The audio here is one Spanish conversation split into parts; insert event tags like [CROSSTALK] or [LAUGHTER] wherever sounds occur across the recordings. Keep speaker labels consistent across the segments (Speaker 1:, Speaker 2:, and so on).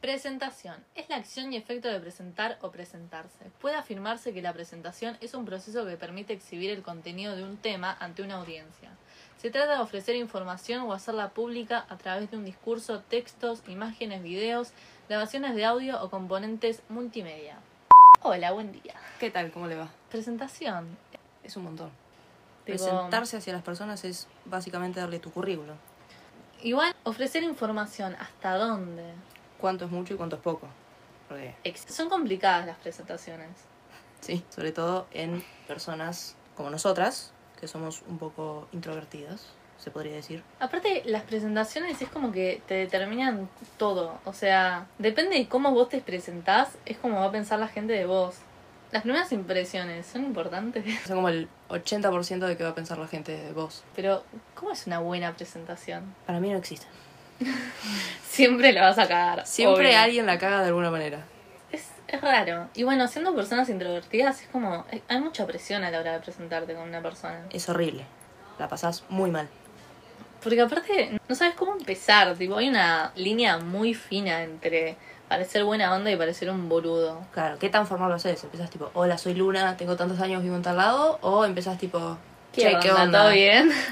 Speaker 1: Presentación. Es la acción y efecto de presentar o presentarse. Puede afirmarse que la presentación es un proceso que permite exhibir el contenido de un tema ante una audiencia. Se trata de ofrecer información o hacerla pública a través de un discurso, textos, imágenes, videos, grabaciones de audio o componentes multimedia. Hola, buen día.
Speaker 2: ¿Qué tal? ¿Cómo le va?
Speaker 1: Presentación.
Speaker 2: Es un montón.
Speaker 1: Tipo,
Speaker 2: Presentarse hacia las personas es básicamente darle tu currículum.
Speaker 1: Igual, ofrecer información. ¿Hasta dónde?
Speaker 2: Cuánto es mucho y cuánto es poco. Porque,
Speaker 1: Ex- Son complicadas las presentaciones.
Speaker 2: sí, sobre todo en personas como nosotras, que somos un poco introvertidas, se podría decir.
Speaker 1: Aparte, las presentaciones es como que te determinan todo. O sea, depende de cómo vos te presentás, es como va a pensar la gente de vos. Las primeras impresiones son importantes, [LAUGHS]
Speaker 2: Es como el 80% de que va a pensar la gente de vos.
Speaker 1: pero ¿cómo es una buena presentación?
Speaker 2: Para mí no existe.
Speaker 1: Siempre la vas a cagar.
Speaker 2: Siempre
Speaker 1: obvio.
Speaker 2: alguien la caga de alguna manera.
Speaker 1: Es, es raro. Y bueno, siendo personas introvertidas, es como. hay- Hay mucha presión a la hora de presentarte con una persona.
Speaker 2: Es horrible. La pasás muy mal.
Speaker 1: Porque aparte, no sabes cómo empezar. Tipo, hay una línea muy fina entre parecer buena onda y parecer un boludo.
Speaker 2: Claro, ¿qué tan formal lo haces? ¿Empezás tipo, hola, soy Luna, tengo tantos años, vivo en tal lado? ¿O empezás tipo,
Speaker 1: ¿Qué
Speaker 2: che,
Speaker 1: onda?
Speaker 2: qué onda?
Speaker 1: ¿Todo bien? [LAUGHS]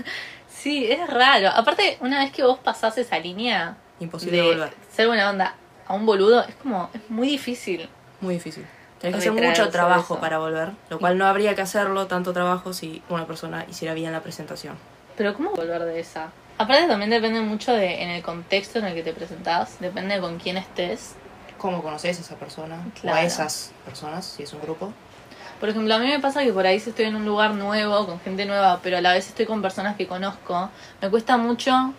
Speaker 1: Sí, es raro. Aparte, una vez que vos pasás esa línea
Speaker 2: Imposible
Speaker 1: de
Speaker 2: volver.
Speaker 1: ser buena onda a un boludo, es como, es muy difícil.
Speaker 2: Muy difícil. Tenés que hacer
Speaker 1: Retraer
Speaker 2: mucho
Speaker 1: sobre
Speaker 2: trabajo
Speaker 1: eso.
Speaker 2: para volver, lo cual no habría que hacerlo tanto trabajo si una persona hiciera bien la presentación.
Speaker 1: Pero ¿cómo volver de esa? Aparte también depende mucho de en el contexto en el que te presentás, depende con quién estés.
Speaker 2: ¿Cómo conoces a esa persona? O a
Speaker 1: Claro.
Speaker 2: esas personas, si es un grupo.
Speaker 1: Por ejemplo, a mí me pasa que por ahí si estoy en un lugar nuevo, con gente nueva, pero a la vez estoy con personas que conozco, me cuesta mucho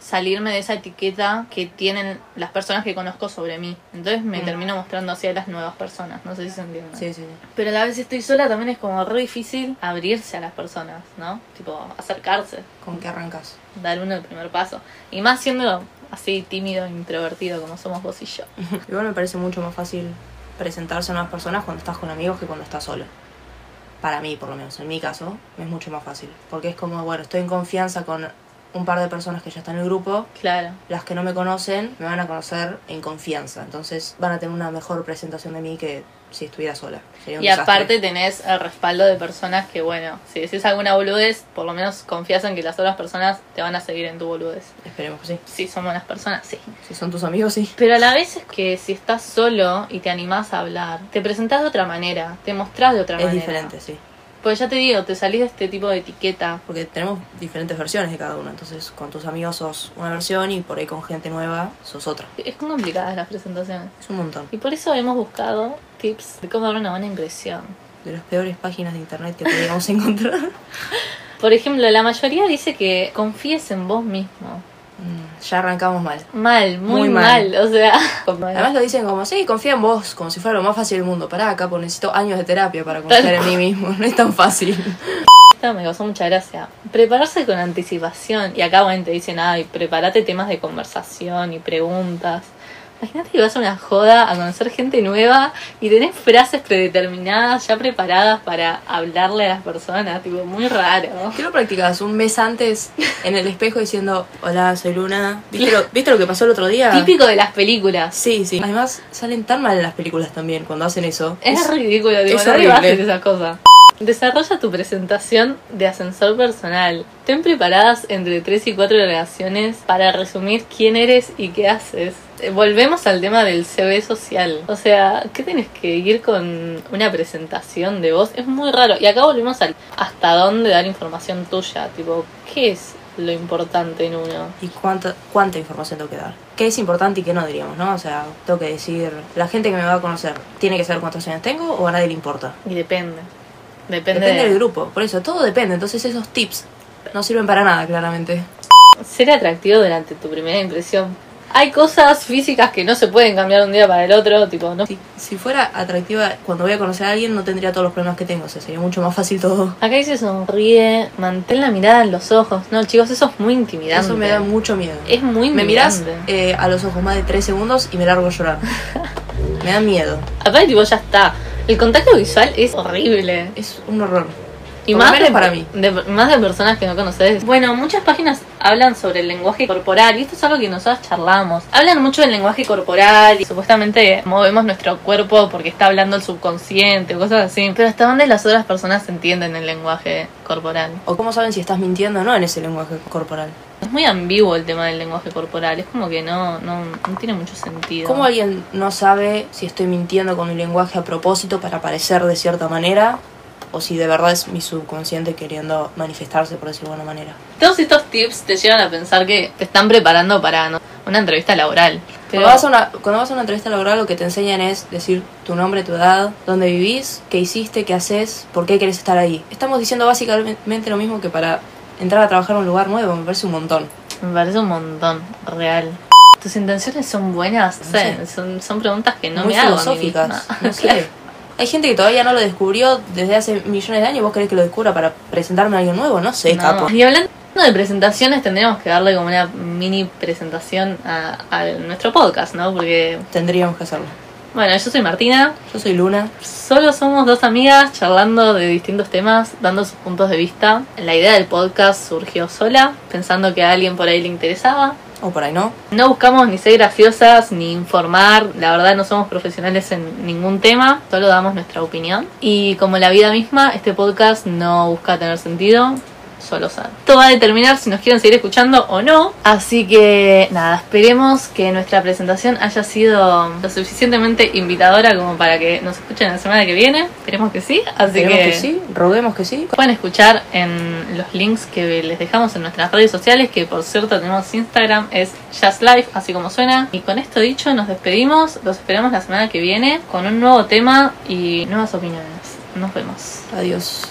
Speaker 1: salirme de esa etiqueta que tienen las personas que conozco sobre mí. Entonces me
Speaker 2: Mm.
Speaker 1: termino mostrando hacia las nuevas personas, no sé si se entiende.
Speaker 2: Sí, sí, sí.
Speaker 1: Pero a la vez si estoy sola también es como re difícil abrirse a las personas, ¿no? Tipo, acercarse,
Speaker 2: ¿Con qué arrancas?
Speaker 1: dar uno el primer paso. Y más siendo así tímido, introvertido como somos vos y yo.
Speaker 2: [LAUGHS] Igual me parece mucho más fácil presentarse a nuevas personas cuando estás con amigos que cuando estás solo. Para mí, por lo menos, en mi caso, me es mucho más fácil. Porque es como, bueno, estoy en confianza con un par de personas que ya están en el grupo.
Speaker 1: Claro.
Speaker 2: Las que no me conocen me van a conocer en confianza. Entonces van a tener una mejor presentación de mí que si estuviera sola. Sería un
Speaker 1: Y
Speaker 2: desastre.
Speaker 1: aparte tenés el respaldo de personas que, bueno, si decís alguna boludez, por lo menos confías en que las otras personas te van a seguir en tu boludez.
Speaker 2: Esperemos que sí.
Speaker 1: Sí, son buenas personas, sí.
Speaker 2: Si son tus amigos, sí.
Speaker 1: Pero a la vez es que si estás solo y te animás a hablar, te presentás de otra manera, te mostrás de otra
Speaker 2: Es
Speaker 1: manera.
Speaker 2: diferente, sí.
Speaker 1: Porque ya te digo, te salís de este tipo de etiqueta.
Speaker 2: Porque tenemos diferentes versiones de cada uno. Entonces, con tus amigos sos una versión y por ahí con gente nueva sos otra.
Speaker 1: Es complicada las presentaciones.
Speaker 2: Es un montón.
Speaker 1: Y por eso hemos buscado tips de cómo dar una buena impresión.
Speaker 2: De las peores páginas de internet que podríamos [LAUGHS] encontrar.
Speaker 1: Por ejemplo, la mayoría dice que confíes en vos mismo.
Speaker 2: Mm, ya arrancamos mal.
Speaker 1: Mal, muy,
Speaker 2: Muy mal.
Speaker 1: mal. O sea,
Speaker 2: Además lo dicen como, sí, confía en vos, como si fuera lo más fácil del mundo. Pará, acá, necesito años de terapia para confiar en mí mismo. [LAUGHS] No es tan fácil.
Speaker 1: Esta me causó mucha gracia. Prepararse con anticipación. Y acá, bueno, te dicen, ay, prepárate temas de conversación y preguntas. Imagínate que vas a una joda a conocer gente nueva y tenés frases predeterminadas ya preparadas para hablarle a las personas. Tipo, muy raro.
Speaker 2: ¿Qué lo practicas? Un mes antes en el espejo diciendo, hola, soy Luna. ¿Viste lo, ¿viste lo que pasó el otro día?
Speaker 1: Típico de las películas.
Speaker 2: Sí, sí. Además, salen tan mal en las películas también cuando hacen eso.
Speaker 1: Es ridículo, digo,
Speaker 2: es
Speaker 1: no
Speaker 2: horrible.
Speaker 1: rebajes esas cosas. Desarrolla tu presentación de ascensor personal. Ten preparadas entre 3 y 4 oraciones para resumir quién eres y qué haces. Eh, Volvemos al tema del CV social. O sea, ¿qué tenés que ir con una presentación de vos? Es muy raro. Y acá volvemos al hasta dónde dar información tuya. Tipo, ¿qué es lo importante en uno?
Speaker 2: ¿Y cuánta, cuánta información tengo que dar? ¿Qué es importante y qué no diríamos, no? O sea, tengo que decir, la gente que me va a conocer, ¿tiene que saber cuántos años tengo o a nadie le importa?
Speaker 1: Y depende. Depende,
Speaker 2: Depende,
Speaker 1: de-
Speaker 2: del grupo, por eso, todo depende. Entonces esos tips no sirven para nada, claramente.
Speaker 1: Ser atractivo durante tu primera impresión. Hay cosas físicas que no se pueden cambiar de un día para el otro, tipo, no.
Speaker 2: Si, si fuera atractiva cuando voy a conocer a alguien, no tendría todos los problemas que tengo, o sea, sería mucho más fácil todo.
Speaker 1: Acá dice sonríe, mantén la mirada en los ojos. No, chicos, eso es muy intimidante.
Speaker 2: Eso me da mucho miedo.
Speaker 1: Es muy
Speaker 2: Me miras
Speaker 1: intimidante.
Speaker 2: eh, a los ojos más de tres segundos y me largo a llorar. me da miedo,
Speaker 1: Aparte, tipo, ya está. El contacto visual es horrible.
Speaker 2: es un horror.
Speaker 1: Y
Speaker 2: Por lo
Speaker 1: más
Speaker 2: menos
Speaker 1: de,
Speaker 2: para mí.
Speaker 1: de- más de personas que no conoces. Bueno, muchas páginas hablan sobre el lenguaje corporal y esto es algo que nosotros charlamos. Hablan mucho del lenguaje corporal y supuestamente movemos nuestro cuerpo porque está hablando el subconsciente, cosas así. Pero ¿hasta dónde las otras personas entienden el lenguaje corporal?
Speaker 2: O cómo saben si estás mintiendo o no en ese lenguaje corporal.
Speaker 1: Es muy ambiguo el tema del lenguaje corporal, es como que no, no, no tiene mucho sentido.
Speaker 2: ¿Cómo alguien no sabe si estoy mintiendo con mi lenguaje a propósito para parecer de cierta manera? O si de verdad es mi subconsciente queriendo manifestarse, por decirlo de alguna manera.
Speaker 1: Todos estos tips te llevan a pensar que te están preparando para ¿no? una entrevista laboral. Pero-
Speaker 2: Cuando vas, a una, cuando vas a una entrevista laboral lo que te enseñan es decir tu nombre, tu edad, dónde vivís, qué hiciste, qué haces, por qué querés estar ahí. Estamos diciendo básicamente lo mismo que para entrar a trabajar a un lugar nuevo, me parece un montón.
Speaker 1: Me parece un montón, real. ¿Tus intenciones son buenas?
Speaker 2: No
Speaker 1: No sé,
Speaker 2: sé.
Speaker 1: son, son preguntas que no
Speaker 2: Muy
Speaker 1: me hago. a mí
Speaker 2: filosóficas,
Speaker 1: misma. [LAUGHS]
Speaker 2: no sé. Hay gente que todavía no lo descubrió desde hace millones de años y vos querés que lo descubra para presentarme a alguien nuevo, no sé,
Speaker 1: No.
Speaker 2: capo.
Speaker 1: Y hablando de presentaciones, tendríamos que darle como una mini presentación a, a nuestro podcast, ¿no? Porque,
Speaker 2: Tendríamos que hacerlo.
Speaker 1: bueno, yo soy Martina,
Speaker 2: Yo soy Luna.
Speaker 1: solo somos dos amigas charlando de distintos temas, dando sus puntos de vista. La idea del podcast surgió sola, pensando que a alguien por ahí le interesaba.
Speaker 2: O por ahí no.
Speaker 1: No buscamos ni ser graciosas ni informar, la verdad no somos profesionales en ningún tema, solo damos nuestra opinión. Y como la vida misma, este podcast no busca tener sentido, solo sabe. Esto va a determinar si nos quieren seguir escuchando o no, así que nada, esperemos que nuestra presentación haya sido lo suficientemente invitadora como para que nos escuchen la semana que viene, esperemos que sí, así
Speaker 2: Queremos que sí, roguemos que sí.
Speaker 1: Pueden escuchar en los links que les dejamos en nuestras redes sociales, que por cierto tenemos Instagram, es JustLife, así como suena. Y con esto dicho, nos despedimos, los esperamos la semana que viene con un nuevo tema y nuevas opiniones. Nos vemos.
Speaker 2: Adiós.